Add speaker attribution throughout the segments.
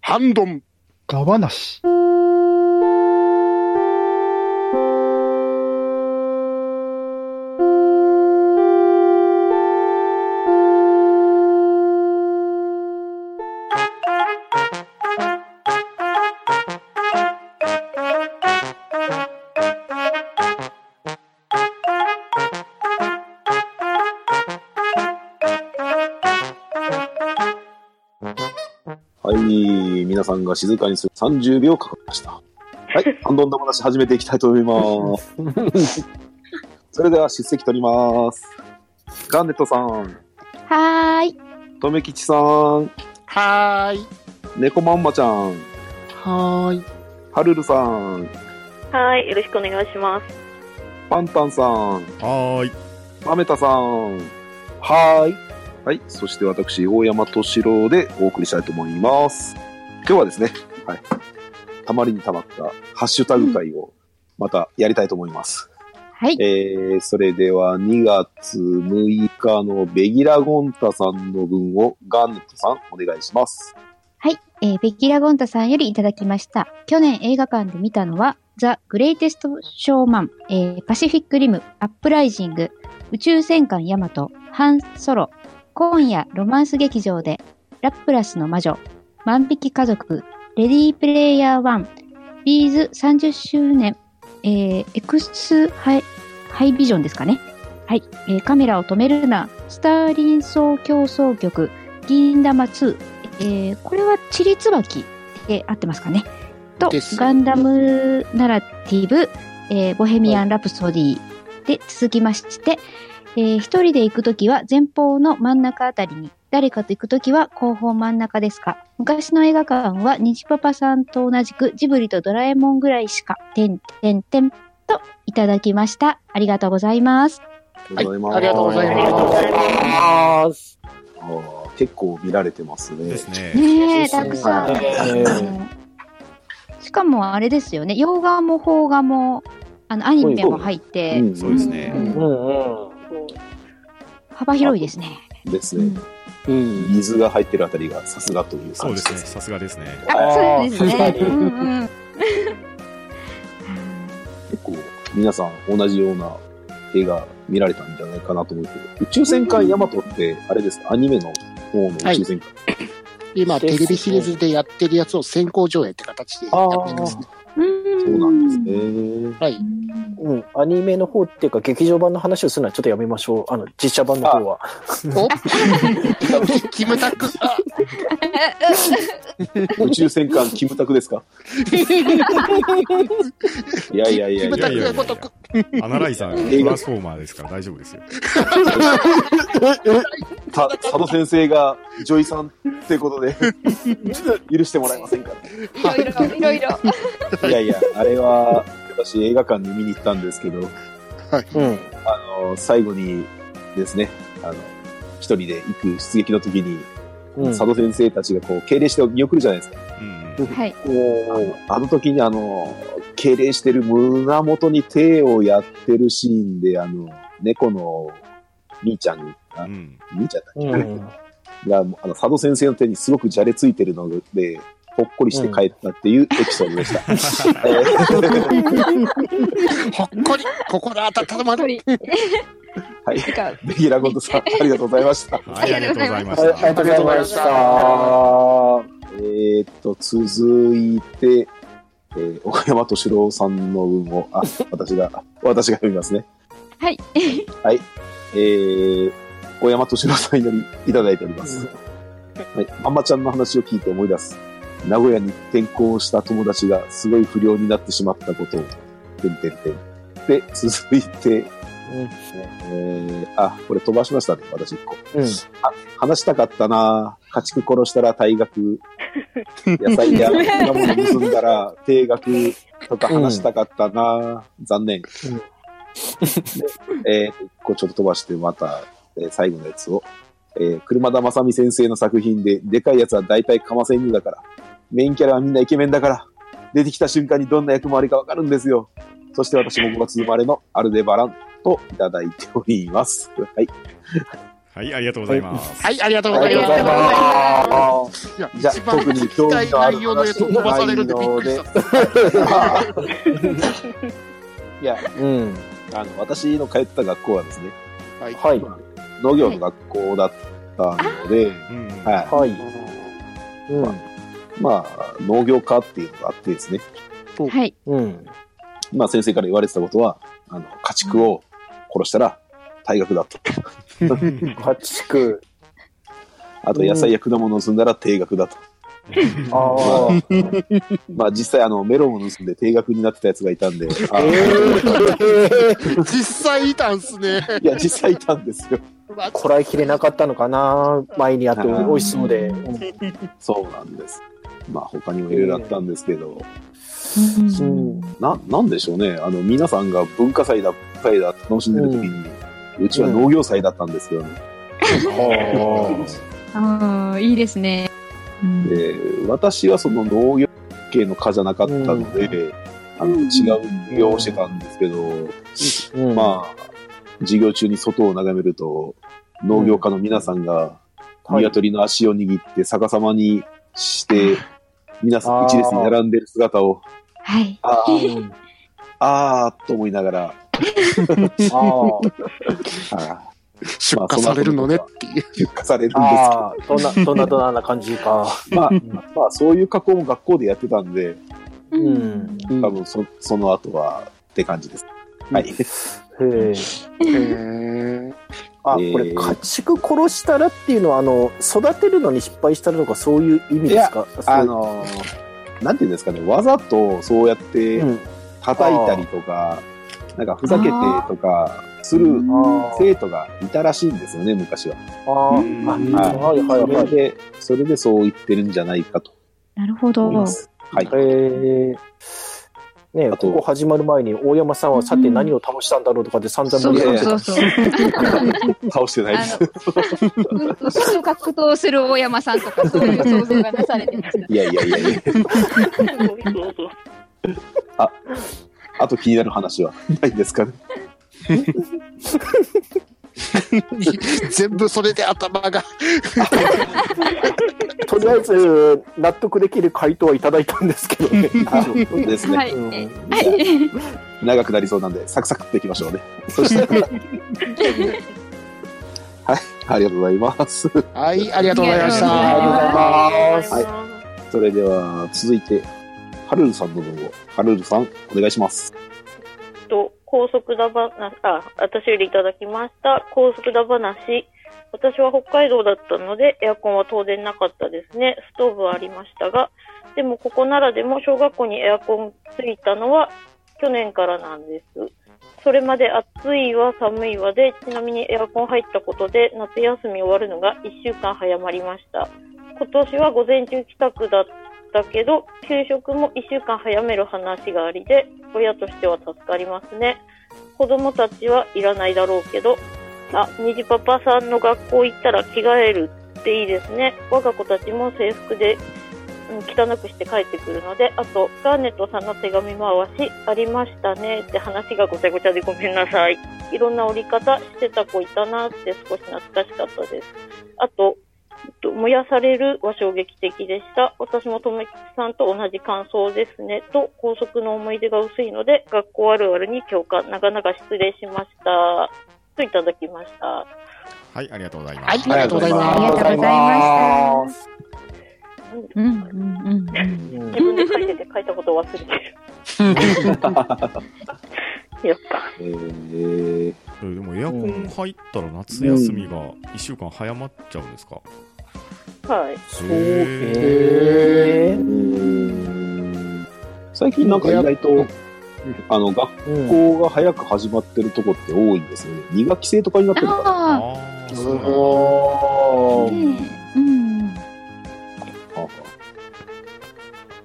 Speaker 1: 半ドン。
Speaker 2: ガバナシ。
Speaker 3: はい、皆さんが静かにする30秒かかりました。はい、ハンドンダマ出し始めていきたいと思います。それでは出席取ります。ガンネットさん、
Speaker 4: はーい。
Speaker 3: とめきちさん、
Speaker 1: はーい。
Speaker 3: 猫まんまちゃん、
Speaker 2: はーい。
Speaker 3: はるるさん、
Speaker 5: はい、よろしくお願いします。
Speaker 3: パンタンさん、
Speaker 6: はーい。
Speaker 3: アメタさん。はーい。はい。そして私、大山敏郎でお送りしたいと思います。今日はですね、はい。たまりにたまったハッシュタグ会をまたやりたいと思います。
Speaker 4: はい。
Speaker 3: えー、それでは2月6日のベギラゴンタさんの分をガンネットさんお願いします。
Speaker 4: はい。えーベッキー・ラゴンタさんよりいただきました。去年映画館で見たのは、ザ・グレイテスト・ショーマン、えーパシフィック・リム、アップライジング、宇宙戦艦ヤマト、ハン・ソロ、今夜ロマンス劇場で、ラプラスの魔女、万引き家族、レディープレイヤー1、ビーズ30周年、えーエクスハイハイビジョンですかね。はい、えーカメラを止めるな、スターリン総競争局、銀玉2、えーこれはチリツバキで合ってますかね。と
Speaker 1: で、す
Speaker 4: ガンダムナラティブ、えーボヘミアン・ラプソディで続きまして、えー一人で行くときは前方の真ん中あたりに、誰かと行くときは後方真ん中ですか。昔の映画館は虹パパさんと同じくジブリとドラえもんぐらいしか、てんてんてんといただきました。ありがとうございます。
Speaker 1: はい
Speaker 3: ござます
Speaker 1: ありがとうござい
Speaker 5: あ
Speaker 1: ま
Speaker 5: り
Speaker 1: す
Speaker 5: がとうございます。
Speaker 1: ます。
Speaker 3: あー結構見られてますね。
Speaker 6: ですね。
Speaker 4: ねえ、
Speaker 1: そう
Speaker 4: た
Speaker 1: で
Speaker 4: く
Speaker 1: すね
Speaker 4: さん。しかもあれですよね、洋画も邦画も、あの、アニメも入って、
Speaker 3: ん
Speaker 6: そうですね。
Speaker 1: うんうん。
Speaker 4: 幅広いですね。
Speaker 3: ですね。
Speaker 1: うん。
Speaker 3: 水が入ってるあたりがさすがという
Speaker 6: そう
Speaker 3: 感
Speaker 6: で
Speaker 3: じ
Speaker 6: すね。さすがですね。
Speaker 4: あ、そうですね。
Speaker 1: う
Speaker 4: うんんうん。
Speaker 3: 結構皆さん同じような映画見られたんじゃないかなと思うけど、宇宙戦艦ヤマトって、あれですか、アニメの方の宇宙戦艦。
Speaker 1: 今、テレビシリーズでやってるやつを先行上映って形でやってますね。
Speaker 4: うん
Speaker 3: そうなんですね。
Speaker 1: はい。
Speaker 7: うん、アニメの方っていうか劇場版の話をするのはちょっとやめましょう。あの、実写版の方は。
Speaker 1: おキムタクさん。
Speaker 3: 宇宙戦艦、キムタクです かいやいやいや
Speaker 1: キ
Speaker 3: い
Speaker 1: ムタ
Speaker 3: や
Speaker 1: ク
Speaker 3: いや。
Speaker 1: のごとく。
Speaker 6: アナライザー、トランスフォーマーですから大丈夫ですよ。
Speaker 3: た佐渡先生が女医さんってことで、許してもらえませんか
Speaker 4: いろいろ、いろいろ。
Speaker 3: いやいや、あれは、私映画館で見に行ったんですけど、
Speaker 7: うん。
Speaker 3: あの最後にですね、あの、一人で行く出撃の時に、
Speaker 7: うん。
Speaker 3: 佐渡先生たちがこう敬礼して見送るじゃないですか。
Speaker 6: うん。
Speaker 4: はい。
Speaker 3: あの時にあの、敬礼してる胸元に手をやってるシーンで、あの、猫のみーちゃんに、あ
Speaker 6: うん。
Speaker 3: みーちゃんだっけ、
Speaker 7: うん。
Speaker 3: が、あの、佐渡先生の手にすごくじゃれついてるので、ほっこりして帰ったっていうエピソードでした。えー
Speaker 1: ほっこり、心温まる。
Speaker 3: はい。ベギラゴンドさん、ありがとうございました。
Speaker 6: はい、ありがとうございま
Speaker 7: はい、
Speaker 6: し
Speaker 7: ありがとうございました。は
Speaker 3: えーっと、続いて、えー岡山敏郎さんの文を、あ、私が、私が読みますね。
Speaker 4: はい。
Speaker 3: えー、岡山敏郎さんよりいただいております。はい。あんまちゃんの話を聞いて思い出す。名古屋に転校した友達がすごい不良になってしまったことを、てんてんてん。で、続いて、えー、あ、これ飛ばしましたね、私一個。
Speaker 7: うん
Speaker 3: あ話したかったな家畜殺したら退学。野菜や果物盗んだら定額とか話したかったな、残念。でえー、一個ちょっと飛ばして、また、えー最後のやつを。えー、車田正美先生の作品で、でかいやつは大体かませ犬だから。メインキャラはみんなイケメンだから。出てきた瞬間にどんな役回りかわかるんですよ。そして私も5月生まれのアルデバランといただいております。はい。
Speaker 6: た。はい、ありがとうございます。
Speaker 1: はい、ありがとうご
Speaker 3: あ
Speaker 1: ざ
Speaker 3: り
Speaker 1: い
Speaker 3: が
Speaker 1: ま
Speaker 3: と
Speaker 1: す
Speaker 3: うございま
Speaker 1: いや
Speaker 3: じゃあ
Speaker 1: 一番
Speaker 3: 特に
Speaker 1: 聞きたい内容のやつを飛ばされるんでびっくりした。
Speaker 3: す。いや、
Speaker 7: うん。
Speaker 3: あの、私の通った学校はですね、
Speaker 1: はい
Speaker 7: はい
Speaker 3: 農業の学校だったので、
Speaker 6: うん。は
Speaker 3: は
Speaker 7: はい。う
Speaker 3: い。まあ、農業科っていうのがあってですね、
Speaker 4: はい。
Speaker 7: ん。うん。
Speaker 3: まあ先生から言われてたことは、あの、家畜を殺したら退学だと。
Speaker 7: 家畜。
Speaker 3: あと野菜や果物を盗んだら定額だと。
Speaker 7: ああ。
Speaker 3: まあ実際あの、メロンを盗んで定額になってたやつがいたんで、あ
Speaker 7: ええー。
Speaker 1: 実際いたんすね。
Speaker 3: いや、実際いたんですよ。
Speaker 1: ま
Speaker 7: こらえきれなかったのかな前にあって美味しそうで。うん
Speaker 3: そうなんです。まあ他にもいろいろあったんですけど、
Speaker 4: うん
Speaker 3: な、なんでしょうね。あの、皆さんが文化祭だ、文化祭だ、楽しんでる時に、うちは農業祭だったんですけどね。
Speaker 4: ああ、いいですね。うん
Speaker 3: で、私はその農業系の科じゃなかったので、あの、違う業をしてたんですけど、
Speaker 7: うん
Speaker 3: まあ、授業中に外を眺めると、農業家の皆さんが、
Speaker 7: うんはい
Speaker 3: 鶏の足を握って逆さまにして、皆さん一列に並んでる姿を、
Speaker 4: はい。
Speaker 3: あ
Speaker 7: あ
Speaker 3: ーあーっと思いながら、
Speaker 7: ー
Speaker 3: あ
Speaker 1: 出荷されるのねっていう。
Speaker 3: ー出荷されるんです
Speaker 7: あー、どんな、どんな、どんな感じか。
Speaker 3: けど、まあ、まあ、そういう加工も学校でやってたんで、
Speaker 7: うん。
Speaker 3: 多分そその後はって感じです。はい。
Speaker 7: へえ。
Speaker 1: へ
Speaker 7: あ、こ
Speaker 3: えー
Speaker 7: れ、家畜殺したらっていうのは、あの、育てるのに失敗したらとか、そういう意味ですか
Speaker 3: あ、のーなんていうんですかね、わざとそうやって、
Speaker 7: そういう
Speaker 3: 叩いたりとか、なんかふざけてとかする
Speaker 7: うん。あー
Speaker 3: 生徒がいたらしいんですよね、昔は。
Speaker 7: あ
Speaker 6: うん
Speaker 7: ー、あはいはい
Speaker 3: それ
Speaker 7: はい。へ
Speaker 3: で、それでそう言ってるんじゃないかと
Speaker 4: なるほ
Speaker 3: 思い
Speaker 4: ど
Speaker 3: ま。す。はい。
Speaker 7: え。ねえ
Speaker 3: あと
Speaker 7: ここ始まる前に、大山さんはさて何を倒したんだろうとかで散々
Speaker 4: そ
Speaker 7: 盛
Speaker 4: う
Speaker 7: り上
Speaker 4: そう
Speaker 7: がっ
Speaker 4: そ
Speaker 7: てた
Speaker 4: うそう。
Speaker 3: 倒してないで
Speaker 4: あ
Speaker 3: す。
Speaker 4: の、うんと、死と格闘する大山さんとか、そういう想像がなされてました。
Speaker 3: いやいやいやいや。
Speaker 5: そうそう。
Speaker 3: あと気になる話はないですかね。
Speaker 1: ー全部それで頭が。
Speaker 7: とりあえず、納得できる回答はいただいたんですけどね。
Speaker 3: あそうですね。
Speaker 4: はい。
Speaker 7: うん
Speaker 4: はい。
Speaker 3: 長くなりそうなんで、サクサクっていきましょうね。そして。はい。ありがとうございます。
Speaker 1: はい、ありがとうございまし
Speaker 4: ありがとうござい
Speaker 1: た
Speaker 4: ま。
Speaker 5: ます
Speaker 3: はいそれでは、続いて、ハルルさんの方を、ハルルさん、お願いします。
Speaker 5: と、高速だばな、あ、私よりいただきました。高速だ話。私は北海道だったので、エアコンは当然なかったですね。ストーブはありましたが、でもここならでも小学校にエアコンついたのは去年からなんです。それまで暑いわ、寒いわで、ちなみにエアコン入ったことで夏休み終わるのが1週間早まりました。今年は午前中帰宅だだけど、給食も1週間早める話がありで、親としては助かりますね。子供たちはいらないだろうけど、あ、虹パパさんの学校行ったら着替えるっていいですね。我が子たちも制服で、うん、汚くして帰ってくるので、あと、ガーネットさんの手紙回し、ありましたねって話がごちゃごちゃでごめんなさい。いろんな折り方してた子いたなって少し懐かしかったです。あと、と燃やされるは衝撃的でした。私もとめきちさんと同じ感想ですね。と、高速の思い出が薄いので、学校あるあるに共感。なかなか失礼しました。といただきました。
Speaker 6: い、ありがとうございま
Speaker 1: はい、
Speaker 6: す。
Speaker 1: ありがとうござい
Speaker 4: あり
Speaker 1: ま
Speaker 4: が
Speaker 1: す
Speaker 4: とう。ございました。うんうんうん
Speaker 7: うん
Speaker 5: 自分で書いてて書いたことを忘れてる。やっぱ。
Speaker 3: えー、
Speaker 6: えーでもエアコン入ったら夏休みが1週間早まっちゃうんですか、
Speaker 5: はい。
Speaker 7: そう
Speaker 6: へ
Speaker 7: へ
Speaker 3: う
Speaker 7: ー
Speaker 3: ーん最近なんか意外と、あの、学
Speaker 7: うん
Speaker 3: 校が早く始まってるとこって多いんですよね。2学期制とかになってるか
Speaker 6: ー
Speaker 4: あ
Speaker 6: あー
Speaker 1: うん
Speaker 6: そうなんだ
Speaker 4: あ、
Speaker 7: おー
Speaker 4: ねえうん。
Speaker 3: ら。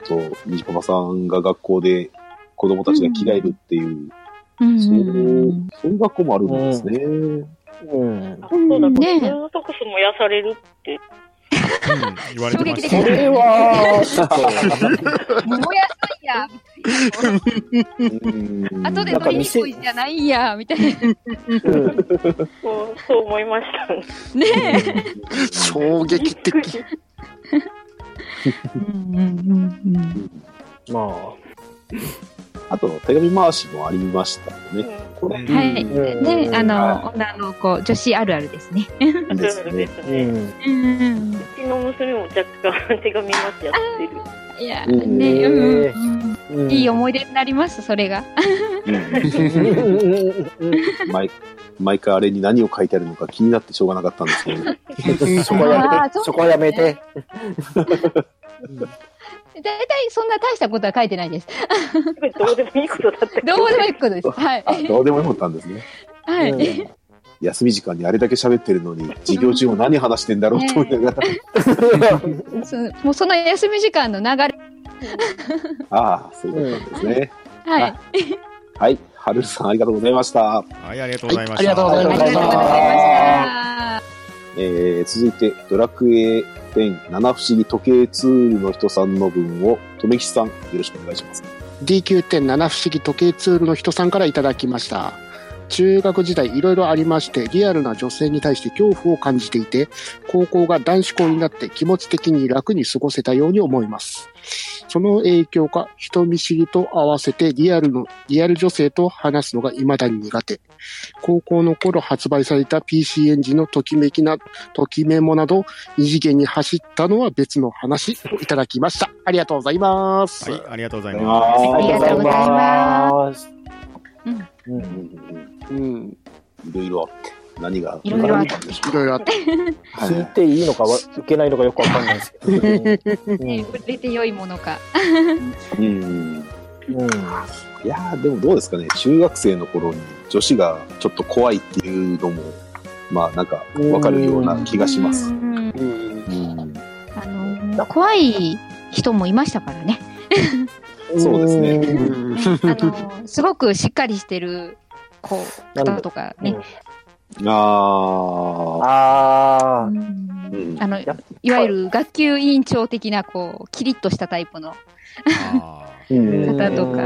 Speaker 3: そう、虹パパさんが学校で子供たちが着替えるっていう、
Speaker 4: うん。
Speaker 3: そううんそういう学校もあるんですね。
Speaker 7: うん
Speaker 5: あそうだ、
Speaker 4: うん
Speaker 5: こ
Speaker 4: ね
Speaker 5: れ、
Speaker 4: え
Speaker 5: ズームソックス燃やされる。
Speaker 6: うん言われてまし
Speaker 4: 衝撃的
Speaker 6: た
Speaker 7: これは、ちょっと
Speaker 4: 桃屋さんやや。
Speaker 3: うん
Speaker 4: 後で乗りにくいじゃないや、みたいな。
Speaker 7: うん
Speaker 5: そうそう思いましたね。
Speaker 4: ねえ。
Speaker 1: 衝撃的。
Speaker 4: うんうんうんうん。
Speaker 7: ま
Speaker 3: あと、手紙回しもありましたよ
Speaker 5: う
Speaker 3: ね。
Speaker 5: ん
Speaker 3: これ、
Speaker 7: あ。
Speaker 4: はい
Speaker 7: うん
Speaker 4: ね、あの、
Speaker 3: は
Speaker 4: 女の子、女子あるあるですね。
Speaker 3: です
Speaker 5: そうで
Speaker 3: ね。
Speaker 5: す
Speaker 7: う
Speaker 5: ね。
Speaker 7: ん。
Speaker 4: うんうん
Speaker 5: うちの娘も若干手紙待ちやってる。
Speaker 4: うん。いや、
Speaker 3: うん
Speaker 4: ね、うんうん
Speaker 7: う
Speaker 4: うんん。いい思い出になります、それが。
Speaker 7: うんうん うん
Speaker 3: 毎毎回あれに何を書いてあるのか気になってしょうがなかったんですけ ど、
Speaker 7: うんそこ
Speaker 4: あ
Speaker 7: はや
Speaker 4: ー
Speaker 7: めて、
Speaker 4: そ
Speaker 7: そうこはや めて。
Speaker 4: 大体そんな大したことは書いてないです。
Speaker 5: どうでもいいことだったけ
Speaker 4: どうでもいいことです。はい。
Speaker 3: あどうでもよかったんですね。
Speaker 4: はい。
Speaker 7: うん
Speaker 4: ね
Speaker 3: 休み時間にあれだけ喋ってるのに、授業中も何話してんだろうと思いなが ら、
Speaker 4: そのもうその休み時間の流れ。
Speaker 3: ああ、そうだったんですね。
Speaker 4: はい。
Speaker 3: はい、はるるさんありがとうございました。
Speaker 6: はい、ありがとうございまし
Speaker 1: はいありが
Speaker 6: た。
Speaker 1: とうござい
Speaker 4: あ
Speaker 1: ま
Speaker 4: り
Speaker 1: し
Speaker 4: が
Speaker 1: た
Speaker 4: とうございました。
Speaker 3: えー続いて、ドラクエ10七不思議時計ツールの人さんの分を、とめきちさん、よろしくお願いします。
Speaker 1: D9.7 不思議時計ツールの人さんからいただきました。中学時代いろいろありまして、リアルな女性に対して恐怖を感じていて、高校が男子校になって気持ち的に楽に過ごせたように思います。その影響か、人見知りと合わせてリアルの、リアル女性と話すのが未だに苦手。高校の頃発売された PC エンジンのときめきな、ときメモなど、二次元に走ったのは別の話をいただきました。ありがとうございます。
Speaker 6: はい、ありがとうございます。
Speaker 4: あ
Speaker 3: あ
Speaker 4: りがとうございます。
Speaker 7: うん
Speaker 1: うん
Speaker 3: いろいろあって、何が
Speaker 4: いろいろあっ
Speaker 3: 何があったんでしょ
Speaker 1: いろいろあって。
Speaker 3: う
Speaker 7: 聞いていいのかわいけないのかよくわかんないですけど。
Speaker 4: ね、触れて良いものか。
Speaker 3: うん
Speaker 7: うんうん
Speaker 3: いやーでもどうですかね中学生の頃に女子がちょっと怖いっていうのもまあなんかわかるような気がします。
Speaker 4: うんうん
Speaker 1: うん
Speaker 3: うん
Speaker 4: あの、怖い人もいましたからね。
Speaker 3: そうですね
Speaker 7: うん
Speaker 1: うん
Speaker 4: あの、すごくしっかりしてる子、方とかね。
Speaker 3: あ
Speaker 7: あ
Speaker 4: うん
Speaker 3: ーうん
Speaker 4: あの、いわゆる学級委員長的な、こう、キリッとしたタイプの。
Speaker 6: あー
Speaker 7: あ。
Speaker 4: 方とか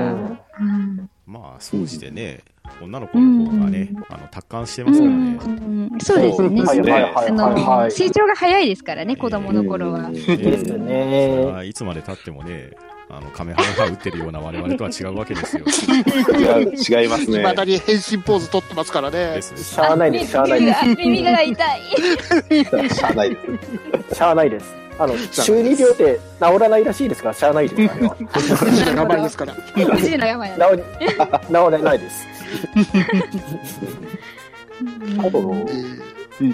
Speaker 7: うん
Speaker 6: まあ、そうしてね、女の子の方がね
Speaker 4: う、
Speaker 6: あの、達観してますからね。
Speaker 4: うんそうですね。
Speaker 7: はいはいはい
Speaker 4: あ
Speaker 7: は
Speaker 4: の
Speaker 7: い。
Speaker 4: 成長が早いですからね、子供の頃は
Speaker 3: うん。
Speaker 7: ですね。
Speaker 6: いつまで経ってもね、あの、カメハメハ打ってるような我々とは違うわけですよ。
Speaker 3: 違う違います
Speaker 1: いま
Speaker 3: ね。
Speaker 1: だに変身ポーズ取ってますからね
Speaker 6: で。す
Speaker 7: しゃあないです。しゃあないで
Speaker 4: 耳が痛い。
Speaker 3: しゃあないです
Speaker 7: す。しゃあないです。あの中二病って治らないらしいですからしゃあないですあれは。
Speaker 1: 私の名前ですから。
Speaker 4: 50の山やな。
Speaker 7: 治り治らないです。
Speaker 3: あとの PC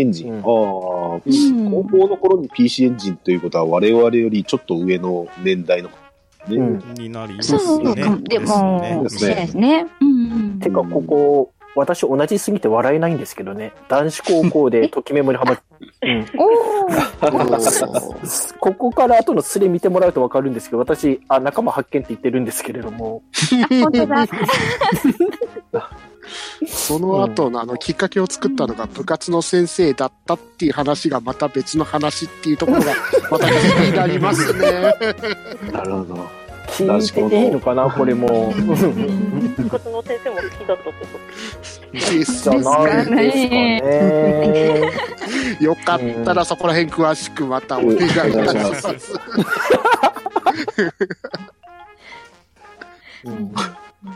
Speaker 3: エンジン。
Speaker 7: う
Speaker 3: あ
Speaker 7: ん
Speaker 3: あ高
Speaker 4: うん
Speaker 3: 校の頃に PC エンジンということは我々よりちょっと上の年代のね。
Speaker 7: うん
Speaker 6: になりますよ
Speaker 4: そうかも、
Speaker 6: ね。
Speaker 4: でも、
Speaker 3: です
Speaker 4: そう
Speaker 3: ね
Speaker 4: ですね。うん
Speaker 7: てかここ私同じすぎて笑えないんですけどね。男子高校でときメモにハマ っ。うん
Speaker 4: おー
Speaker 7: ここから後のスレ見てもらうと分かるんですけど、私、あ、仲間発見って言ってるんですけれども、
Speaker 4: 本当 だ。
Speaker 1: その後のあのきっかけを作ったのが部活の先生だったっていう話がまた別の話っていうところがまた気になりますね。
Speaker 3: なるほど。
Speaker 7: 聞いてていいのかな、これも。
Speaker 5: 部活の先生も好きだったってこ
Speaker 1: です
Speaker 7: じゃないですかね。
Speaker 1: よかったらそこら辺詳しくまたお願いいたします。
Speaker 7: うん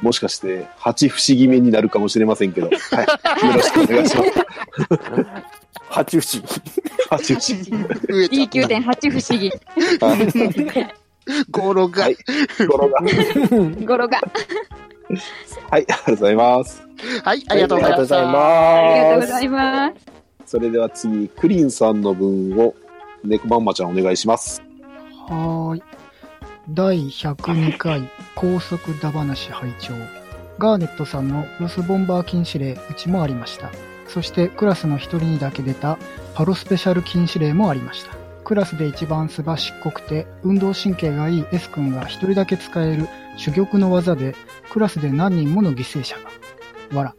Speaker 3: もしかして、八不思議目になるかもしれませんけど、 はい。よろしくお願いします。
Speaker 7: 八不思議。
Speaker 3: 八不思議。
Speaker 1: 上ちゃん
Speaker 4: D9.8 不思議。
Speaker 1: ゴロが、
Speaker 3: は
Speaker 1: はいい、
Speaker 3: ところが
Speaker 4: 語呂が。
Speaker 3: はい、ありがとうございます。
Speaker 1: ありがとうございました。
Speaker 4: ありがとう
Speaker 7: ま
Speaker 4: ございます。
Speaker 3: それでは次、クリンさんの分を、猫まんまちゃんお願いします。
Speaker 2: はーい。第102回高速だ話拝聴ガーネットさんのロスボンバー禁止令うちもありました。そしてクラスの一人にだけ出たパロスペシャル禁止令もありました。クラスで一番すばしっこくて運動神経がいい S 君が一人だけ使える珠玉の技でクラスで何人もの犠牲者が。わら。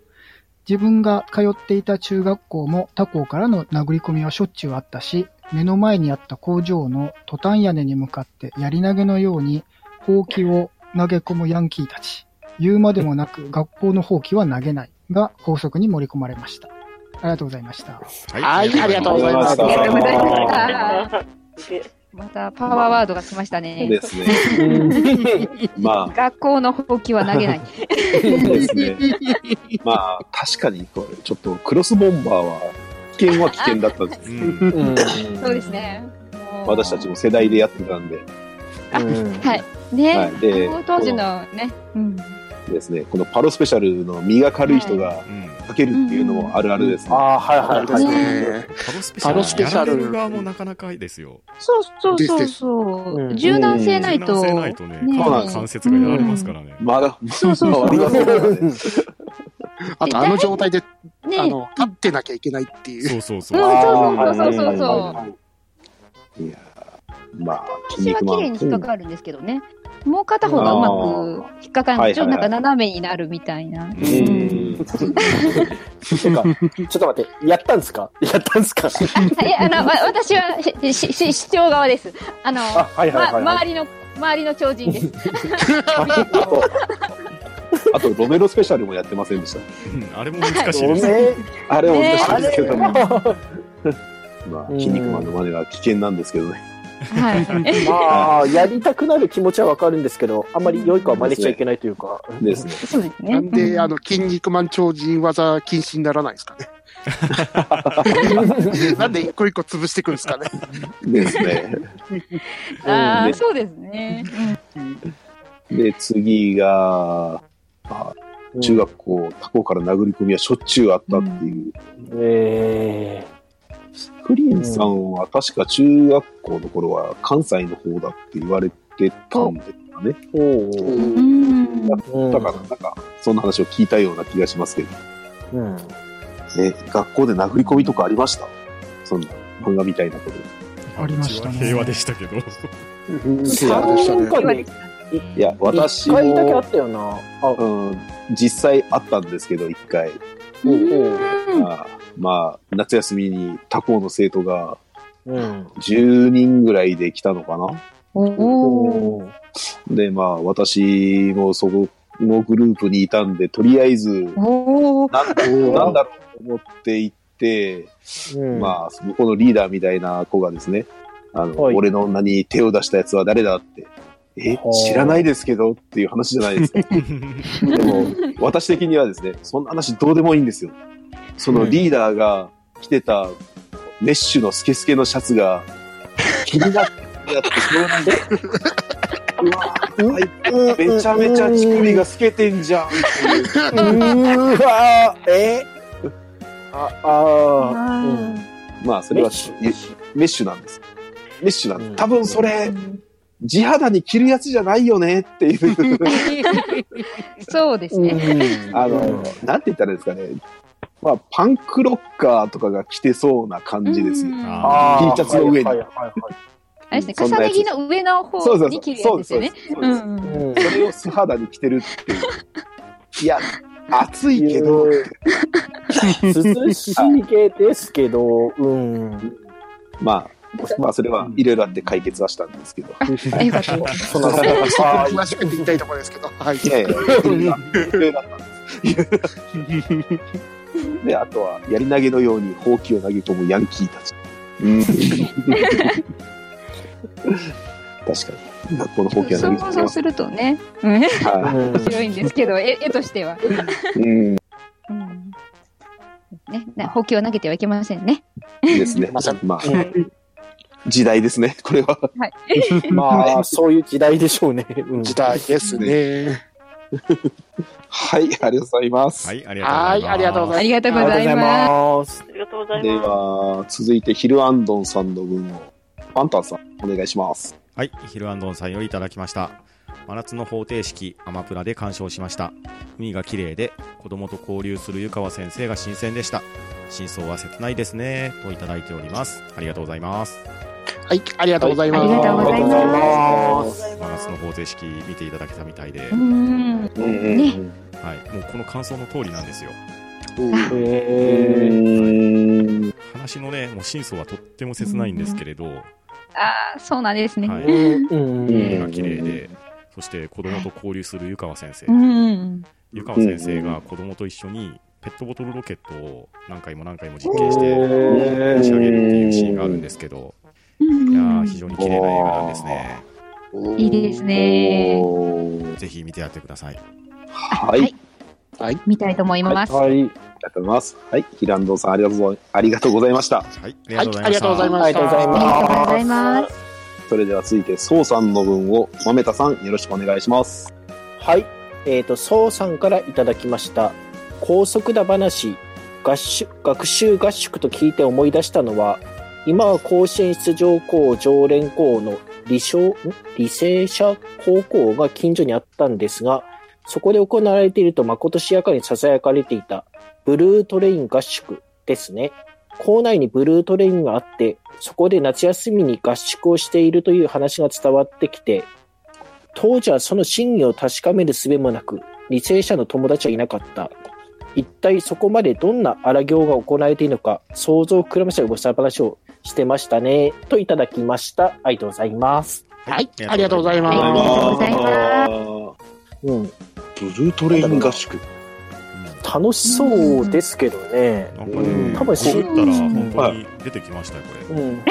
Speaker 2: 自分が通っていた中学校も他校からの殴り込みはしょっちゅうあったし、目の前にあった工場のトタン屋根に向かってやり投げのようにほうきを投げ込むヤンキーたち。言うまでもなく、学校のほうきは投げない。が、法則に盛り込まれました。ありがとうございました。
Speaker 1: はい、ありがとうございます。
Speaker 3: ありがとうございま
Speaker 4: した
Speaker 5: で
Speaker 4: またパワーワードが来ました
Speaker 3: そう
Speaker 4: ね
Speaker 3: で。すね。ま
Speaker 4: 学校のほうきは投げ ない。
Speaker 3: あ、そうですね。まあ、確かに、これちょっと、クロスボンバーは、危険は危険だったんです。
Speaker 6: うん
Speaker 4: そうですね。もう
Speaker 3: 私たちも世代でやってたんで、
Speaker 4: はい。ね、
Speaker 3: はいで
Speaker 4: あの当時のね、うん。
Speaker 3: ですね、このパロスペシャルの身が軽い人が
Speaker 6: うん
Speaker 3: かけるっていうのもあるあるですね。
Speaker 7: ああ、はいはいはい。
Speaker 1: ね
Speaker 6: パロスペシ
Speaker 1: パロスペシ
Speaker 6: ャ
Speaker 1: ャ
Speaker 6: ル。
Speaker 1: ル
Speaker 6: やられる側もなかなかですよ。
Speaker 4: そうそう
Speaker 1: です
Speaker 4: そう
Speaker 1: です
Speaker 4: そう、
Speaker 7: うん
Speaker 4: 柔軟性ない
Speaker 6: 柔
Speaker 4: と。
Speaker 6: 軟性ないとね、
Speaker 4: ね
Speaker 3: そうなんです
Speaker 6: 関節がやられますからね。
Speaker 3: まだ、
Speaker 4: そうそうそう
Speaker 3: まあ割りますからね
Speaker 1: あと、あの状態で、
Speaker 4: ね
Speaker 1: あの、立ってなきゃいけないっていう。
Speaker 6: そうそう
Speaker 4: う
Speaker 6: そ
Speaker 4: ん、
Speaker 6: う。
Speaker 4: そうそうそうそうそう
Speaker 3: あー
Speaker 4: そ
Speaker 3: は
Speaker 4: う。
Speaker 3: いやーまあ、
Speaker 4: 私は綺麗に引っかかるんですけどね。もう片方がうまく引っかか
Speaker 3: あ
Speaker 4: る。
Speaker 3: ー
Speaker 4: ちょっと
Speaker 3: は
Speaker 4: ないん
Speaker 3: はいは
Speaker 4: か
Speaker 3: い
Speaker 4: 斜めになるみたいな。
Speaker 3: 筋肉マンうん
Speaker 7: てか、ちょっと待って、やったんですかやったんですか
Speaker 4: いや、あの、わ私はししし市長側です。あの、
Speaker 7: あ、はいはい
Speaker 4: ま、
Speaker 7: はい、はい。
Speaker 4: 周りの、周りの超人です。
Speaker 3: あと、あとロメロスペシャルもやってませんでした。
Speaker 6: うんあれも難しい
Speaker 7: ご
Speaker 6: です。
Speaker 7: めん
Speaker 3: あれは難しいですけども、
Speaker 7: あ
Speaker 3: まあ、筋肉マンの真似は危険なんですけどね。
Speaker 4: はい。
Speaker 7: れまあ、やりたくなる気持ちはわかるんですけど、あんまり良い子は真似しちゃいけないというか。
Speaker 3: ですね。
Speaker 4: そうですね。
Speaker 1: なんで、
Speaker 4: うん
Speaker 1: あの、筋肉マン超人技禁止にならないですかね。 なんで一個一個潰していくんですかね。
Speaker 3: ですね。
Speaker 4: あ
Speaker 3: う
Speaker 4: あ、
Speaker 3: ん
Speaker 4: そうですね。
Speaker 3: で、次が、まあ、中学校、他校から殴り込みはしょっちゅうあったっていう。
Speaker 7: え
Speaker 3: クリーンさんは確か中学校の頃は関西の方だって言われてたんですかね。
Speaker 7: えお
Speaker 4: うんうん。
Speaker 7: お
Speaker 3: だから、なんか、そんな話を聞いたような気がしますけど。
Speaker 7: うん。
Speaker 3: ね、学校で殴り込みとかありましたそんな漫画みたいなこと。
Speaker 2: ありました
Speaker 6: う
Speaker 2: ね
Speaker 6: ちは平和でしたけど。
Speaker 3: そう
Speaker 1: でしたね
Speaker 7: 三年間に
Speaker 3: いや、私
Speaker 7: 一回だけあ
Speaker 3: も
Speaker 7: っ、たよな。あ、
Speaker 3: うん、実際あったんですけど、一回。
Speaker 7: お
Speaker 4: うん
Speaker 3: まあ、まあ、夏休みに他校の生徒が
Speaker 7: うん。
Speaker 3: 10人ぐらいで来たのかな。
Speaker 4: おお。
Speaker 7: ー
Speaker 3: で、まあ、私もそこのグループにいたんで、とりあえず、
Speaker 4: おお。
Speaker 3: なんだなんだろうと思って行って、
Speaker 7: うん。
Speaker 3: まあ、そこのリーダーみたいな子がですね、あの、
Speaker 7: はい
Speaker 3: 俺の女に手を出したやつは誰だって、え、
Speaker 7: はあ
Speaker 3: 知らないですけどっていう話じゃない ですか。でも、私的にはですね、そんな話どうでもいいんですよ。そのリーダーが着てたメッシュのスケスケのシャツが気になってやって、それなんで、 うわぁあいつめちゃめちゃ乳首が透けてんじゃんっていう。
Speaker 7: うーわーえあ、あー
Speaker 4: あ
Speaker 3: まあ、それは
Speaker 7: メッシュ
Speaker 3: メッシュメッシュなんです。メッシュなんです。多分そ
Speaker 4: あ
Speaker 3: れ、地肌に着るやつじゃないよねっていう、
Speaker 4: そうですね。
Speaker 7: うん
Speaker 3: あの、なんて言ったらいいですかね。まあ、パンクロッカーとかが着てそうな感じですよ。
Speaker 6: あ
Speaker 7: あー
Speaker 3: T シャツの上に
Speaker 7: はいはいはいはい
Speaker 4: あれですね、
Speaker 3: そんな
Speaker 4: 重
Speaker 3: や
Speaker 4: ね
Speaker 3: つ
Speaker 4: 着の上の
Speaker 3: そうそ
Speaker 4: 方
Speaker 3: う
Speaker 4: に
Speaker 3: そ
Speaker 4: 切
Speaker 3: う。
Speaker 4: るや
Speaker 3: そ
Speaker 4: つ
Speaker 3: う
Speaker 4: で
Speaker 3: ですす
Speaker 4: よ
Speaker 3: そうで。す。
Speaker 4: ねうんうん。
Speaker 7: うん
Speaker 3: それを素肌に着てるっていう。いや、暑いけど、
Speaker 7: 涼しいですけど、うん。
Speaker 3: まあ、まあ、それはいろいろあって解決はしたんですけど。
Speaker 4: あよかったです。
Speaker 7: そんな
Speaker 1: 詳しくて言いたいところですけど。はい。
Speaker 3: いやいや、 それがいろいろあったんです。で、あとは、やり投げのように、ほうきを投げ込むヤンキーたち。確かに。学校のほうきは投げ
Speaker 4: 想像
Speaker 3: 込
Speaker 4: するとね、うん面
Speaker 3: む。
Speaker 4: 白いんですけど、絵絵としては。
Speaker 3: うん。
Speaker 4: うんね、な補給を投げてはいけませんね。
Speaker 3: ですね。まあ、時代ですね、これは。
Speaker 7: まあ、そういう時代でしょうね。うん
Speaker 1: 時代ですね。
Speaker 3: はい、ありがとうございます。
Speaker 6: はい、あり
Speaker 1: は
Speaker 6: がとうございます。
Speaker 1: い、ありがとうござ
Speaker 4: あ
Speaker 1: い
Speaker 4: り
Speaker 1: ま
Speaker 4: がとうございます。
Speaker 7: ます。
Speaker 5: ありがとうござい
Speaker 3: で
Speaker 5: ま。
Speaker 3: は、続いて、ヒルアンドンさんの分を、パンタンさん、お願いします。
Speaker 6: はい、ヒルアンドンさんよりいただきました。真夏の方程式、アマプラで鑑賞しました。海が綺麗で、子供と交流する湯川先生が新鮮でした。真相は切ないですね、といただいております。ありがとうございます。
Speaker 1: す。はい、ありがとうござい
Speaker 4: ありがとう
Speaker 1: ま
Speaker 4: ございます
Speaker 6: 真夏の方程式見ていただけたみたいで、
Speaker 4: う
Speaker 6: は
Speaker 4: ん。ね。
Speaker 3: ね。
Speaker 6: い、もうこの感想の通りなんですよ。
Speaker 1: す。うん
Speaker 7: え
Speaker 6: 話のね、もう真相はとっても切ないんですけれど、
Speaker 4: ああ、そうなんですね。
Speaker 6: はい、
Speaker 7: ーうん
Speaker 6: 海が綺麗で、そして子供と交流する湯川先生、
Speaker 4: うんうん
Speaker 6: 湯川先生が子供と一緒にペットボトルロケットを何回も何回も実験し
Speaker 3: へ
Speaker 6: て
Speaker 3: ー
Speaker 6: 打ち上げるっていうシーンがあるんですけど、
Speaker 4: うん。
Speaker 6: いや
Speaker 4: うんうん
Speaker 6: ー非常に綺麗な映画なんですね。
Speaker 4: いいですね
Speaker 3: おー
Speaker 6: ぜひ見てやってください。
Speaker 3: はい。あ
Speaker 4: は
Speaker 3: り
Speaker 4: い見たいと思います。
Speaker 7: はい。
Speaker 3: がとうございます。はい。ヒランドさん、ありがとうございありがとうございました。
Speaker 6: はい、あり
Speaker 1: は
Speaker 6: が
Speaker 1: い
Speaker 6: とうございました。
Speaker 1: ありがとうございま
Speaker 7: あ
Speaker 1: し
Speaker 7: りが
Speaker 1: た。
Speaker 7: とうござ
Speaker 4: あ
Speaker 7: い
Speaker 4: り
Speaker 7: ま
Speaker 4: がとうございます。
Speaker 3: それでは続いて、そうさんの分を、豆田さん、よろしくお願いします。
Speaker 7: はい。えっ、と、そうさんからいただきました。高速だ話、合宿、学習合宿と聞いて思い出したのは、今は甲子園出場校常連校の理想、ん理性者高校が近所にあったんですが、そこで行われていると誠しやかに囁かれていた、ブルートレイン合宿ですね。校内にブルートレインがあって、そこで夏休みに合宿をしているという話が伝わってきて、当時はその真偽を確かめる術もなく、履正社の友達はいなかった。一体そこまでどんな荒行が行われているのか、想像を膨らました噂話をしてましたね。といただきました。ありがとうございます。
Speaker 1: はい、ありがとうござい
Speaker 4: ありが
Speaker 1: ま
Speaker 4: とう
Speaker 1: す
Speaker 4: ご。ざい
Speaker 7: うん。
Speaker 3: ブルートレイン合宿。
Speaker 7: 楽しそうですけどね。
Speaker 6: うんなんかね、
Speaker 7: 多分
Speaker 6: し
Speaker 7: し
Speaker 6: ったら本当に出てきましたよ、これ。
Speaker 7: うん。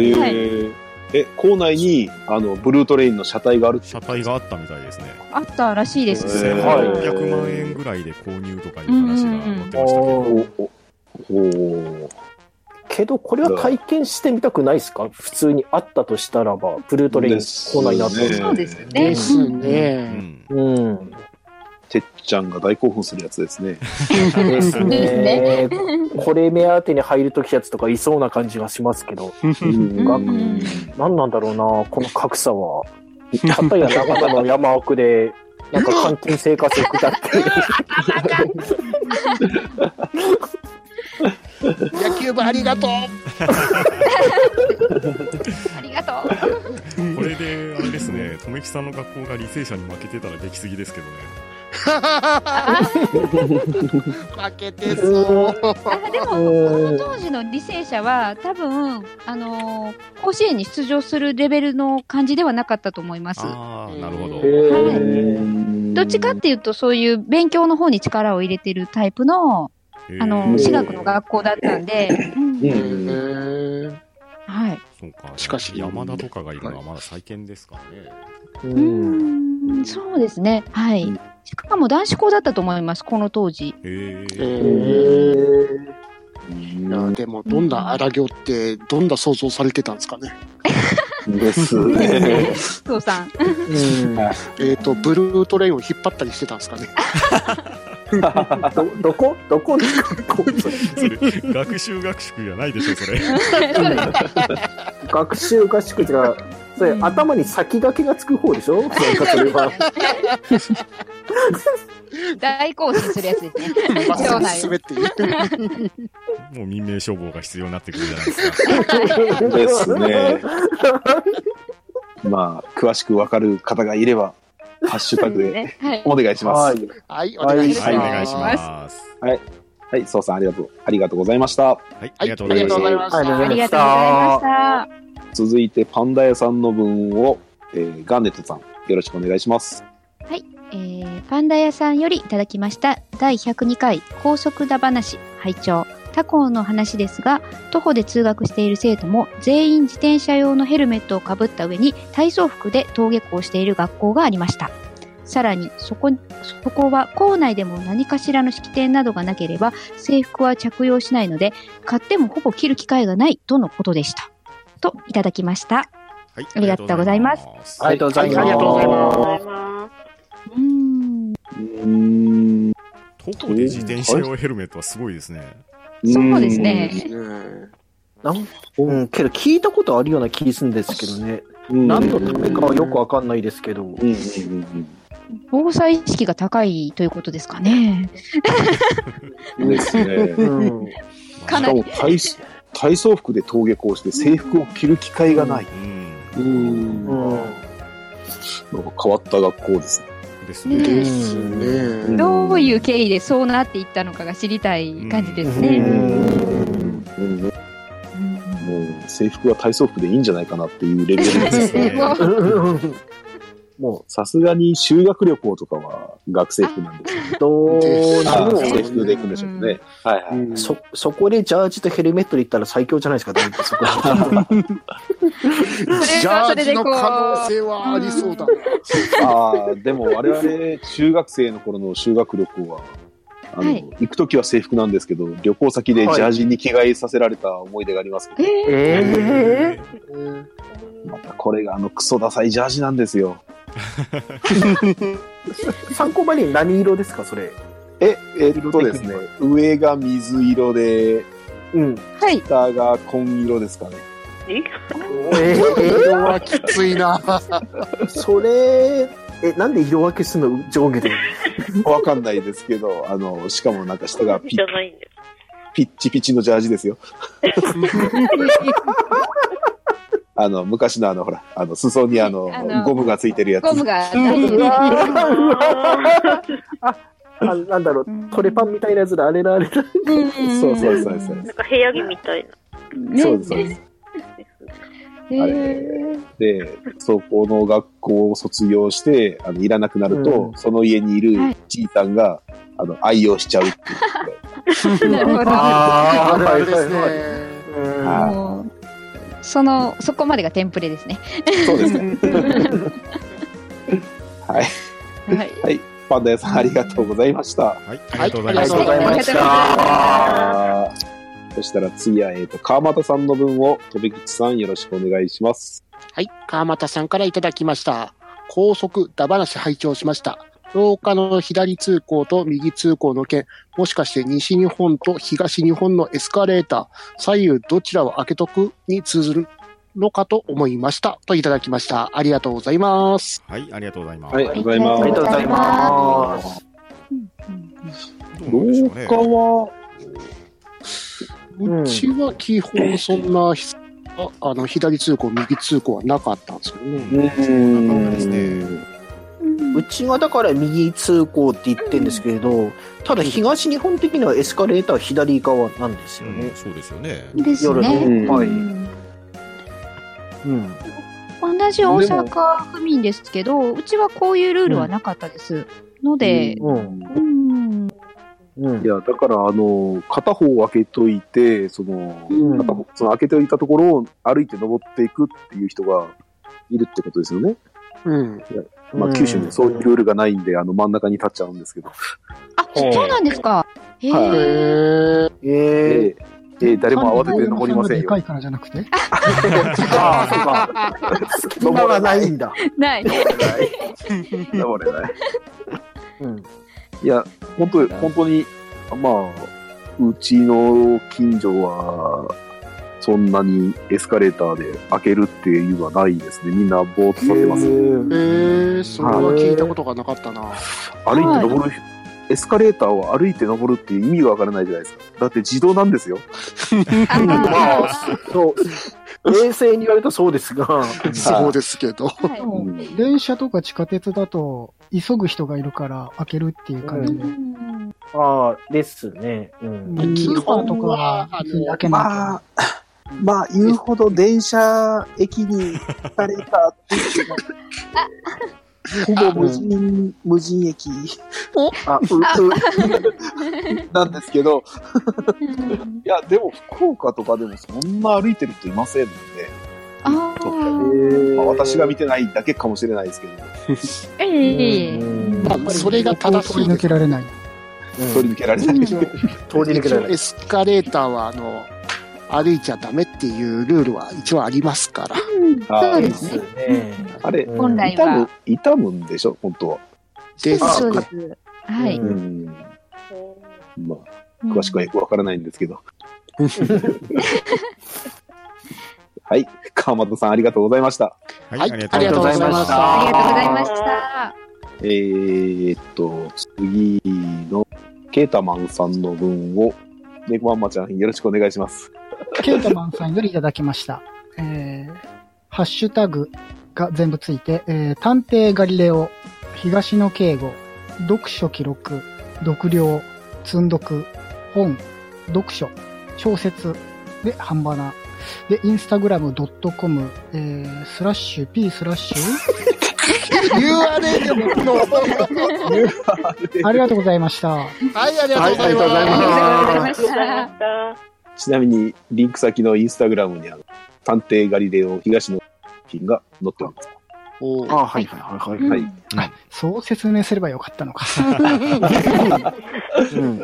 Speaker 3: え
Speaker 7: うん
Speaker 4: はい
Speaker 3: ーえ、校内に、あの、ブルートレインの車体がある
Speaker 6: 車体があったみたいですね。
Speaker 4: あったらしいです。
Speaker 3: へー
Speaker 6: 1600万円ぐらいで購入とかいう話が載ってましたけ
Speaker 7: うんうんうん
Speaker 6: ど、
Speaker 3: おおお
Speaker 7: けど、これは体験してみたくないですか普通にあったとしたらば、ブルートレインコーナーになって
Speaker 3: です
Speaker 7: る
Speaker 3: ね
Speaker 4: そうですよね
Speaker 1: で。す
Speaker 6: う
Speaker 1: ね。
Speaker 6: ん
Speaker 7: うん。
Speaker 3: てっちゃんが大興奮するやつです ね。
Speaker 7: です
Speaker 4: で
Speaker 7: ね。これ目当てに入るときやつとかいそうな感じがしますけ ど、
Speaker 4: うん
Speaker 3: う
Speaker 4: うん
Speaker 7: 何なんだろうな、この格差 は。片や長野の山 奥で、なんか監禁生活を送ったって
Speaker 1: 野球部ありがとう。
Speaker 4: ありがとう。
Speaker 6: これで、あれですね、留吉さんの学校が履正社に負けてたらできすぎですけどね。
Speaker 1: 負けてそう。
Speaker 4: あでも、この当時の履正社は、多分、あのー甲子園に出場するレベルの感じではなかったと思います。
Speaker 6: ああ、なるほど。
Speaker 1: へ
Speaker 4: どっちかっていうと、そういう勉強の方に力を入れてるタイプの、
Speaker 6: へー
Speaker 4: あの、私学の学校だったんで、うん
Speaker 3: うん
Speaker 4: はい。
Speaker 6: そうか。
Speaker 1: しかし
Speaker 6: 山田とかがいるのはまだ再建ですからね。
Speaker 4: う
Speaker 7: う。
Speaker 4: んん、そうですね。はい。しかも男子校だったと思います、この当時。
Speaker 6: へ
Speaker 1: え
Speaker 6: え。
Speaker 1: ー
Speaker 3: うん
Speaker 1: いやでもどんな荒行ってどんな想像されてたんですかね。
Speaker 3: です
Speaker 4: ね
Speaker 3: ね。
Speaker 4: そうさん。
Speaker 1: えっとブルートレインを引っ張ったりしてたんですかね。
Speaker 7: ど、どこどこ
Speaker 6: それ、学習学習じゃないでしょ、 それ。
Speaker 7: 学習合宿ってか、それ、
Speaker 4: うん
Speaker 7: 頭に先駆けがつく方でしょ なんかそれは。
Speaker 4: 大興奮するやつですね。
Speaker 1: まっす
Speaker 4: そう
Speaker 1: ぐ
Speaker 4: なんよ
Speaker 1: 進めっていう。
Speaker 6: もう民命消防が必要になってくるじゃないですか。
Speaker 3: です ね。まあ、詳しくわかる方がいれば、ハッシュタグで
Speaker 4: ね。はい。
Speaker 3: お願いしま
Speaker 7: は
Speaker 3: す。
Speaker 7: い。
Speaker 1: はいお願いします。
Speaker 6: はい、お願いします。
Speaker 3: はい、そうさんありがとう、ありがとうございました。
Speaker 6: はい、あ
Speaker 1: は
Speaker 6: り
Speaker 1: いあ
Speaker 6: がとうござ
Speaker 1: りが
Speaker 6: いま
Speaker 1: とう
Speaker 6: し
Speaker 1: ござい
Speaker 6: た。
Speaker 1: ました。
Speaker 7: あ
Speaker 4: ありが
Speaker 7: りが
Speaker 4: と
Speaker 7: とう
Speaker 4: う
Speaker 7: ご
Speaker 4: ございま
Speaker 7: ざいま
Speaker 4: し
Speaker 7: し
Speaker 4: た。
Speaker 3: 続いて、パンダ屋さんの分を、えーガンネットさん、よろしくお願いします。
Speaker 4: えーパンダ屋さんよりいただきました第102回高速だ話拝聴他校の話ですが徒歩で通学している生徒も全員自転車用のヘルメットをかぶった上に体操服で登下校している学校がありましたさらにそこそこは校内でも何かしらの式典などがなければ制服は着用しないので買ってもほぼ着る機会がないとのことでしたといただきました
Speaker 6: はい、
Speaker 4: ありがとうございます
Speaker 6: す
Speaker 7: ありがとうございます。
Speaker 1: はいありがとうございます
Speaker 4: うー
Speaker 3: う
Speaker 4: ん
Speaker 3: ーん。
Speaker 6: 徒歩で自転車用ヘルメットはすごいですね。
Speaker 4: そうですね
Speaker 7: なんうん、けど聞いたことあるような気するんですけどね。
Speaker 3: うん。
Speaker 7: 何のためかはよくわかんないですけど。
Speaker 3: うんうんうん
Speaker 4: 防災意識が高いということですかね。
Speaker 3: うんですね。
Speaker 7: うん。
Speaker 4: か
Speaker 3: し
Speaker 4: な
Speaker 3: か
Speaker 4: り
Speaker 3: も体操体操服で登下校して制服を着る機会がない。
Speaker 6: うん。
Speaker 3: うん
Speaker 7: う
Speaker 3: なんか変わった学校ですね。
Speaker 6: ですね。
Speaker 4: ね
Speaker 1: ですね。
Speaker 4: どういう経緯でそうなっていったのかが知りたい感じです
Speaker 3: う
Speaker 4: ね。
Speaker 3: んうんも う制服は体操服でいいんじゃないかなっていうレベル
Speaker 4: そう
Speaker 3: で
Speaker 4: ですすね
Speaker 3: ね。
Speaker 4: もう
Speaker 7: うん
Speaker 3: もうさすがに修学旅行とかは学生服なんですよね。
Speaker 7: どう
Speaker 1: あ
Speaker 7: な
Speaker 3: あ
Speaker 7: ん
Speaker 3: あ
Speaker 7: で
Speaker 1: そ
Speaker 7: す
Speaker 1: う
Speaker 7: か
Speaker 3: 制服で行くんでしょうね。はいはい。
Speaker 1: うん
Speaker 7: そ、そこでジャージとヘルメットで行ったら最強じゃないですか、だいぶそこは
Speaker 1: ジャージの可能性はありそうだな。
Speaker 3: ああ、でも我々、中学生の頃の修学旅行は、あの、
Speaker 4: はい
Speaker 3: 行くときは制服なんですけど、旅行先でジャージに着替えさせられた思い出がありますけど、
Speaker 4: え
Speaker 1: え
Speaker 3: またこれがあのクソダサいジャージなんですよ。
Speaker 7: 参考までに何色ですか、それ。
Speaker 3: え、えっとですね、上が水色で、
Speaker 7: うん。
Speaker 4: ーはい。
Speaker 3: 下が紺色ですかね。
Speaker 5: え
Speaker 7: え
Speaker 1: ー、色はきついな。
Speaker 7: ー、それ、え、なんで色分けするの上下で。
Speaker 3: わかんないですけど、あの、しかもなんか下がピ
Speaker 5: じゃないんです。
Speaker 3: ピッチピチのジャージ ですよ。あの、昔のあの、ほら、あの、裾にあの、
Speaker 4: あの
Speaker 3: ゴムがついてるやつ。
Speaker 4: ゴムが、
Speaker 7: うわーうわ
Speaker 5: あー
Speaker 7: ーあ、なんだろう、トレパンみたいなやつだ、あれだ、あれだ。
Speaker 4: うん
Speaker 3: そうそうそうそう。
Speaker 5: なんか部屋着みたいな。
Speaker 4: ね
Speaker 3: そうです、そうです。
Speaker 5: です
Speaker 4: へー
Speaker 3: で、そこの学校を卒業して、あの、いらなくなると、
Speaker 7: う
Speaker 3: その家にいる
Speaker 4: はい
Speaker 3: じいさんが、あの、愛用しちゃうっていうことで。
Speaker 4: なるほど。
Speaker 7: あ
Speaker 1: あるあるです
Speaker 7: はいはい
Speaker 1: ね。
Speaker 7: は
Speaker 3: は
Speaker 4: もうその、そこまでがテンプレですね。
Speaker 3: い。そう ですね。はい。
Speaker 4: はい。
Speaker 3: はい。パンダ屋さん、ありがとうございました。
Speaker 6: はい、ありがとうござい
Speaker 7: い
Speaker 6: ま
Speaker 7: あり
Speaker 6: す
Speaker 7: がとうございまし
Speaker 4: あ
Speaker 7: た。
Speaker 3: あーそしたら次は、えっ、と、川又さんの分を、とべきちさん、よろしくお願いします。
Speaker 1: はい、川又さんからいただきました。高速ダバなし拝聴しました。廊下の左通行と右通行の件、もしかして西日本と東日本のエスカレーター、左右どちらを開けとくに通ずるのかと思いました。といただきました。ありがとうございます。
Speaker 6: はい、ありがとうございます。
Speaker 3: はい、ありがとうございます。
Speaker 7: ありがとうございます。
Speaker 4: うんう
Speaker 6: どう
Speaker 4: んうん
Speaker 6: なんでしょう
Speaker 3: 廊
Speaker 6: ね
Speaker 3: 下は、
Speaker 7: うん
Speaker 1: うちは基本そんな、ああの左通行、右通行はなかったんですよね。
Speaker 3: う
Speaker 6: なかなかです
Speaker 3: ん
Speaker 6: ね。
Speaker 7: うちはだから右通行って言ってんですけれど、ただ東日本的にはエスカレーターは左側なんですよ
Speaker 6: う
Speaker 7: ね
Speaker 6: ん、。そうですよね。
Speaker 4: です
Speaker 7: 夜の、
Speaker 4: ね。
Speaker 7: は
Speaker 4: う
Speaker 7: い。
Speaker 4: ん
Speaker 7: うん。
Speaker 4: 同じ大阪府民ですけど、うちはこういうルールはなかったです。ので、
Speaker 7: うん。
Speaker 4: うん。
Speaker 7: うん
Speaker 3: い。や、だから、あの、片方を開けといて、その、
Speaker 7: うん
Speaker 3: 片方その開けておいたところを歩いて登っていくっていう人がいるってことですよね。
Speaker 1: うん。
Speaker 3: まあ、九州にはそういうルールがないんで、あの、真ん中に立っちゃうんですけど。
Speaker 4: あ、そうなんですか。へ
Speaker 1: へ
Speaker 4: え。
Speaker 1: ー。
Speaker 7: ええ
Speaker 3: ええええ誰も慌てて登りません
Speaker 2: でか
Speaker 3: よ
Speaker 2: い。からじゃなくて
Speaker 7: ああ、そうか。 隙間が ないんだ。
Speaker 4: ない。
Speaker 3: 登れない。
Speaker 7: うん。
Speaker 3: いや、本当本当に、まあ、うちの近所は、そんなにエスカレーターで開けるっていうのはないですね。みんなぼーっと立ってます。
Speaker 1: えー、それは聞いたことがなかったな。
Speaker 3: 歩いて登る、エスカレーターを歩いて登るっていう意味がわからないじゃないですか。だって自動なんですよ。
Speaker 4: あ
Speaker 7: ま
Speaker 4: ー
Speaker 7: あ、そう。冷静に言われたらそうですが、
Speaker 1: そうですけど。
Speaker 4: はい
Speaker 2: で
Speaker 3: う
Speaker 2: も
Speaker 3: ん
Speaker 2: 電車とか地下鉄だと急ぐ人がいるから開けるっていう感
Speaker 4: う
Speaker 2: じで、
Speaker 4: ん
Speaker 7: ああ、ですね。うん。
Speaker 2: うん、
Speaker 1: 基
Speaker 2: スーパーと
Speaker 1: 本
Speaker 2: かは
Speaker 1: は
Speaker 2: 普通に開けないけど、
Speaker 3: まあ、まあ、言うほど電車、駅にエスカレーターっていうの は、ほぼ無人、無人駅
Speaker 7: あ、う、う、
Speaker 3: なんですけど、
Speaker 4: うん
Speaker 3: いや、でも福岡とかでもそんな歩いてる人いませんので、
Speaker 4: あー
Speaker 3: まあ、私が見てないだけかもしれないですけど、
Speaker 4: ええ
Speaker 7: うん
Speaker 1: まあ、それが正し
Speaker 2: 通
Speaker 1: い
Speaker 2: り抜
Speaker 1: です
Speaker 2: けられない。
Speaker 3: 通り抜けられない。
Speaker 7: 通り抜けら
Speaker 1: 一応
Speaker 7: れない
Speaker 1: エ。スカレーターはあの歩いちゃダメっていうルールは一応ありますから。
Speaker 4: うんそうですね。
Speaker 7: ね。
Speaker 3: あれ、
Speaker 4: 本来
Speaker 3: 痛む
Speaker 4: は。、
Speaker 3: 痛むんでしょ、本当は。
Speaker 1: です
Speaker 4: そう
Speaker 1: ね
Speaker 4: そうです。はい。
Speaker 3: うん。まあ、詳しくはよくわからないんです けど。はい、川本さんありがとうございました。
Speaker 1: はい
Speaker 6: ありがとうございまし
Speaker 4: あり
Speaker 6: た。
Speaker 4: がとうございました。
Speaker 3: えーっと、次の、ケータマンさんの分を、ネコマンマちゃん、よろしくお願いします。
Speaker 2: ケータマンさんよりいただきました。えー、ハッシュタグが全部ついて、えー、探偵ガリレオ、東野敬吾、読書記録、読量、積んどく、本、読書、小説、で、半ばな。で、インスタグラム .com、えー、スラッシュ P スラッシュ
Speaker 1: URL も機能
Speaker 2: ありがとうございました。
Speaker 1: はい、ありがとうござい
Speaker 3: はいありがとうご
Speaker 1: ます。
Speaker 3: ざいます
Speaker 5: ありがとうございました。
Speaker 3: ちなみに、リンク先のインスタグラムにあの、探偵ガリレオ東野ピンが載ってます。
Speaker 1: おー
Speaker 8: あはいはいはいはい
Speaker 4: うん
Speaker 8: はい。
Speaker 2: そう説明すればよかったのか。
Speaker 8: うん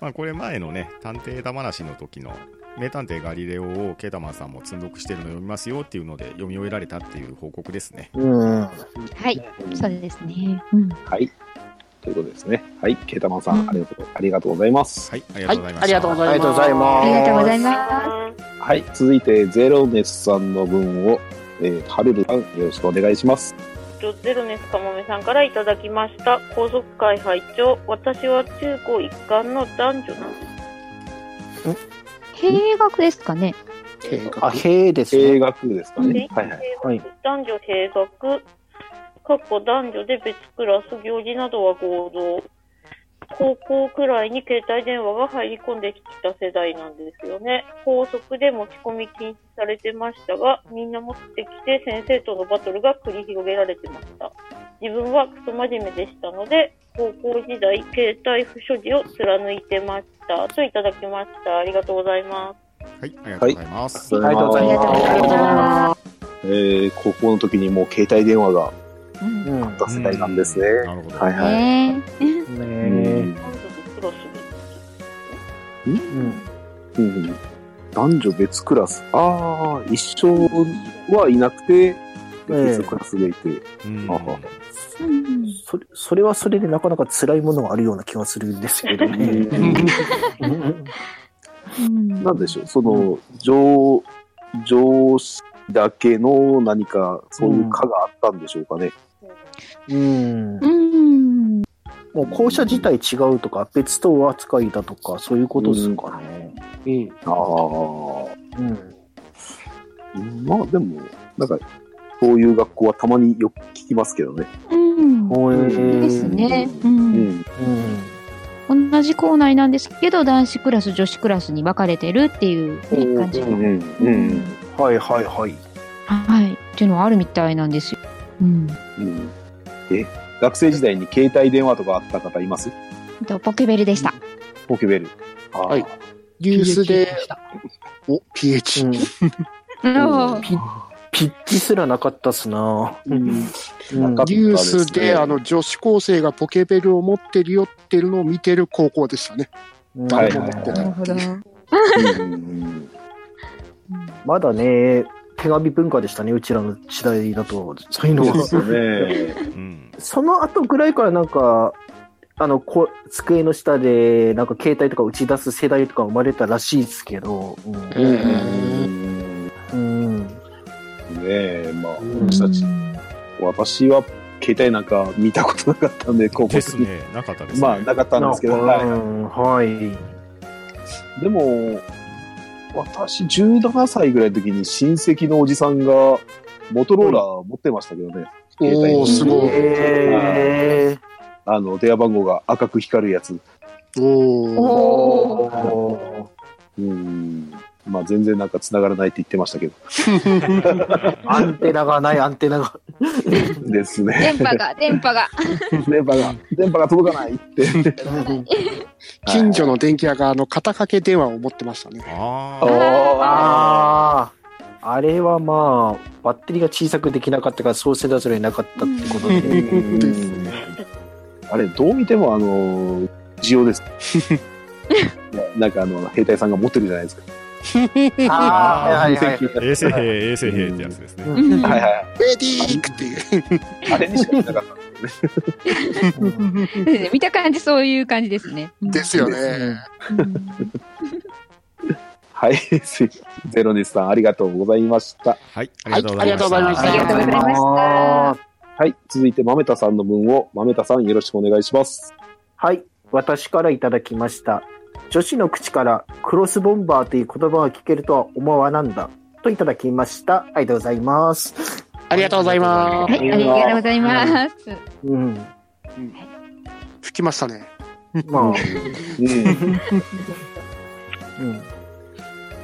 Speaker 6: まあ、これ前のね、探偵だ話の時の、名探偵ガリレオをケータマンさんも積んどくしてるの読みますよっていうので読み終えられたっていう報告ですね。
Speaker 7: うん。
Speaker 4: はい、そうですね。うん。
Speaker 3: はい。ということですね。はい。ケータマンさん、ありがとう、ありがとうございます。
Speaker 6: はい、ありが
Speaker 1: は
Speaker 6: とうござい
Speaker 1: い、
Speaker 6: ました。
Speaker 1: ありがとうご
Speaker 8: あ
Speaker 1: ざ
Speaker 8: り
Speaker 1: い
Speaker 8: がとう
Speaker 1: ま
Speaker 8: ございま
Speaker 1: す。
Speaker 8: す。
Speaker 4: ありがとうございます
Speaker 3: はい。続いて、ゼロネスさんの分を、えー、ハルルさん、よろしくお願いします。
Speaker 5: とゼロネスかもめさんからいただきました高速会拝聴私は中高一貫の男女なんです
Speaker 4: 兵学ですかね。
Speaker 1: 計画
Speaker 8: あ、へえです
Speaker 3: 映
Speaker 8: ね。
Speaker 3: 画風ですかね
Speaker 5: ね。
Speaker 3: はいはい。
Speaker 8: はい
Speaker 5: 男女閉学過去男女で別クラス行事などは合同高校くらいに携帯電話が入り込んできた世代なんですよね高速で持ち込み禁止されてましたがみんな持ってきて先生とのバトルが繰り広げられてました自分はクソ真面目でしたので高校時代携帯不所持を貫いてましたといただきましたありがとうございます
Speaker 6: はい、ありがとうございます。
Speaker 8: ありがとうございます。
Speaker 4: ありがとうございま
Speaker 3: えー、高校の時にもう携帯電話が
Speaker 4: うん
Speaker 8: うん。
Speaker 3: あった世代なんですね。
Speaker 6: うんなるほど。
Speaker 3: はいはい。
Speaker 4: ね
Speaker 8: ね
Speaker 5: 男女でクラスで
Speaker 8: うん。
Speaker 3: うん男女別クラス。ああ、一緒はいなくて、別クラスでいて。
Speaker 6: うん
Speaker 3: あは
Speaker 4: えうん
Speaker 7: それ、それはそれでなかなか辛いものがあるような気がするんですけどね。うん
Speaker 4: うん
Speaker 3: なんでしょう、その、上、上司だけの何か、そういう科があったんでしょうかね。
Speaker 7: うん
Speaker 4: う。ん。
Speaker 7: もう校舎自体違うとか、別等扱いだとか、そういうことですかね。
Speaker 8: うん。
Speaker 7: うん。
Speaker 3: ああ、まあでも、なんか、そういう学校はたまによく聞きますけどね。
Speaker 4: うん。
Speaker 7: ほえー
Speaker 4: ですね。う。
Speaker 3: うんん。
Speaker 4: 同じ校内なんですけど、男子クラス、女子クラスに分かれてるっていうね、感じ
Speaker 3: う。ん。うん。
Speaker 7: はいはいはい。
Speaker 4: はい。っていうのはあるみたいなんですよ。うん。
Speaker 3: うん。え、学生時代に携帯電話とかあった方います
Speaker 4: あと、ポケベルでした。
Speaker 3: ポケベル。
Speaker 1: は。
Speaker 3: はい
Speaker 1: ニュースで、お、PH。
Speaker 4: うん
Speaker 7: ピピッチすらなかったっすな
Speaker 8: うん。
Speaker 7: うん
Speaker 3: かっ
Speaker 1: ニュースで、あの、女子高生がポケベルを持ってるよってるのを見てる高校でしたね。
Speaker 7: うん
Speaker 1: 誰も持ってない。
Speaker 4: ほど。
Speaker 3: うん
Speaker 7: まだね、手紙文化でしたね、うちらの時代だと。そういうのは。
Speaker 3: そうですね。
Speaker 6: うん。
Speaker 7: その後ぐらいからなんか、あの、こ机の下で、なんか携帯とか打ち出す世代とか生まれたらしいですけど、
Speaker 1: うん
Speaker 3: うん。ね
Speaker 7: うん。うん。
Speaker 3: え、まあ、
Speaker 7: うん
Speaker 3: 私たち、私は携帯なんか見たことなかったんで、高校
Speaker 6: です
Speaker 3: に。
Speaker 6: ね。なかったですね。
Speaker 3: まあ、なかったんですけど、
Speaker 7: う
Speaker 3: はい
Speaker 7: んはい。
Speaker 3: でも、私、17歳ぐらいの時に親戚のおじさんが、モトローラ持ってましたけどね。携帯
Speaker 1: おー、すごい。
Speaker 7: え
Speaker 3: あの、電話番号が赤く光るやつ。
Speaker 1: おー。
Speaker 4: おー。
Speaker 7: ー。
Speaker 3: うん。まあ、全然なんか繋がらないって言ってましたけど。
Speaker 7: アンテナがない、アンテナが。
Speaker 3: ですね。
Speaker 4: 電波が、電波が。
Speaker 3: 電波が、電波が届かないって。
Speaker 1: 近所の電気屋が、あの、肩掛け電話を持ってましたね。
Speaker 6: あ
Speaker 3: お
Speaker 6: ー
Speaker 7: ああ。あれはまあ、バッテリーが小さくできなかったから、そうせだそれなかったってことで。
Speaker 1: ですね
Speaker 3: あれ、どう見ても、あの、ジオ です。いやなんか、あの、兵隊さんが持ってるじゃないですか。
Speaker 7: あーはいはい
Speaker 3: 1900
Speaker 6: 衛生兵、衛生兵ってやつですね。
Speaker 4: うん
Speaker 3: はいは
Speaker 1: ベディークっていう。
Speaker 3: い。あれにしか見なかった。
Speaker 4: そうですね見た感じ、そういう感じですね。うん
Speaker 1: ですよ
Speaker 3: で
Speaker 1: ね。
Speaker 4: うん
Speaker 3: はい。すいゼロネスさん、ありがとうございました。
Speaker 6: はい、あ
Speaker 1: はい、あ
Speaker 6: り
Speaker 1: り
Speaker 6: が
Speaker 1: が
Speaker 6: と
Speaker 1: と
Speaker 6: う
Speaker 1: う
Speaker 6: ご
Speaker 1: ございま
Speaker 6: ざいまし。
Speaker 1: した
Speaker 4: ありがとうございました。
Speaker 3: はい。続いて、豆田さんの分を、豆田さん、よろしくお願いします。
Speaker 7: はい、私からいただきました。女子の口からクロスボンバーという言葉が聞けるとは思わなんだ。といただきました。ありがとうございます。
Speaker 1: ありがとうございま
Speaker 4: はい、ありがとうございます。
Speaker 7: うん。
Speaker 1: す。吹きましたね。
Speaker 7: まあ、うん。
Speaker 3: うん。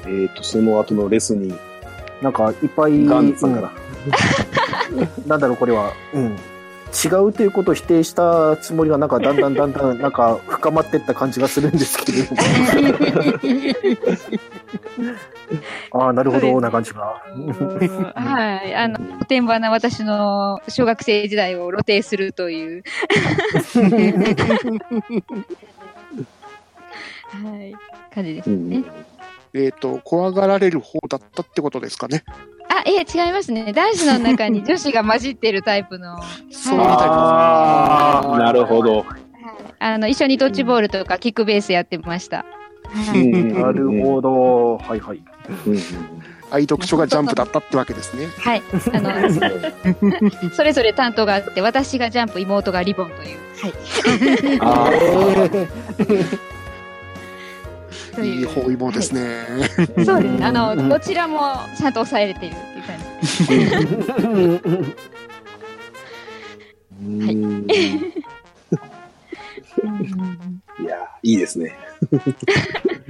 Speaker 3: えっと、その後のレスに、
Speaker 7: なんかいっぱい、
Speaker 3: ガンさんから
Speaker 7: うんなんだろう、これは。うん。違うということを否定したつもりがなんかだんだんだんだんなんか深まってった感じがするんですけれどもああなるほどな感じが
Speaker 4: はい。あの、おてんばな私の小学生時代を露呈すると いう。はい。感じですね。
Speaker 1: えっ、と、怖がられる方だったってことですかね。
Speaker 4: あ、いえ、違いますね。男子の中に女子が混じってるタイプの。
Speaker 1: そうみたいですね
Speaker 3: ああ、なるほど。
Speaker 4: あの、一緒にドッジボールとかキックベースやってました。
Speaker 7: なるほどはいはい
Speaker 1: 愛読書がジャンプだったってわけですね。
Speaker 4: はい。あの、それぞれ担当があって、私がジャンプ、妹がリボンという。
Speaker 1: あ
Speaker 4: と
Speaker 1: い
Speaker 4: い。
Speaker 1: いう包囲網ですね。
Speaker 4: そうです。あの、
Speaker 1: うん
Speaker 4: どちらもちゃんと抑えれているっていう感じ。
Speaker 3: いやー、いいですね。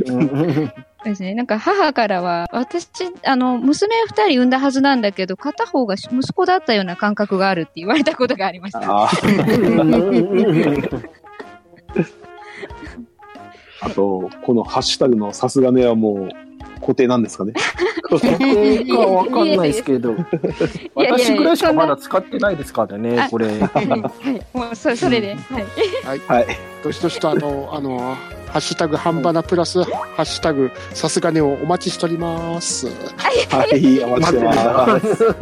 Speaker 4: そうですね。なんか母からは、私、あの、娘二人産んだはずなんだけど、片方が息子だったような感覚があるって言われたことがありました。
Speaker 3: あー あと、このハッシュタグのさすがねはもう固定なんですかね。
Speaker 7: 僕はわかんないですけど
Speaker 4: いやいや
Speaker 7: 私ぐらいしかまだ使ってないですからねこれ
Speaker 4: もう、そそれで、はい。
Speaker 1: はい。
Speaker 3: はい。
Speaker 1: どしどしとあの、あの、ハッシュタグ半ばなプラス、ハッシュタグさすがねをお待ちしております。
Speaker 3: はい、お 待ちしてます。
Speaker 7: うん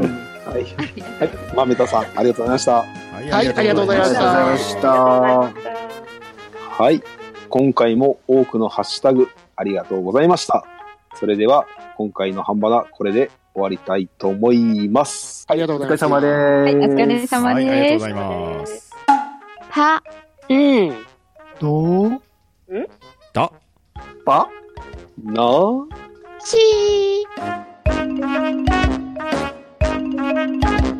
Speaker 3: はい、はい、まめたさん、ありがとうございました。
Speaker 1: はい、ありがとうございました。
Speaker 7: ありがとうございました
Speaker 3: はい、今回も多くのハッシュタグありがとうございました。それでは、今回の半ばな、これで終わりたいと思います。
Speaker 1: ありがとう
Speaker 7: お
Speaker 1: ご
Speaker 7: 疲
Speaker 1: ざいま
Speaker 7: れ
Speaker 1: した。
Speaker 7: 様で
Speaker 4: はい、
Speaker 6: はい、ありがとうご
Speaker 4: お疲れ様です。
Speaker 7: す
Speaker 6: ざいます。
Speaker 4: は、
Speaker 5: 嗯
Speaker 1: うん。
Speaker 2: どう
Speaker 6: だ、
Speaker 7: ば
Speaker 3: なあ。
Speaker 4: ちー。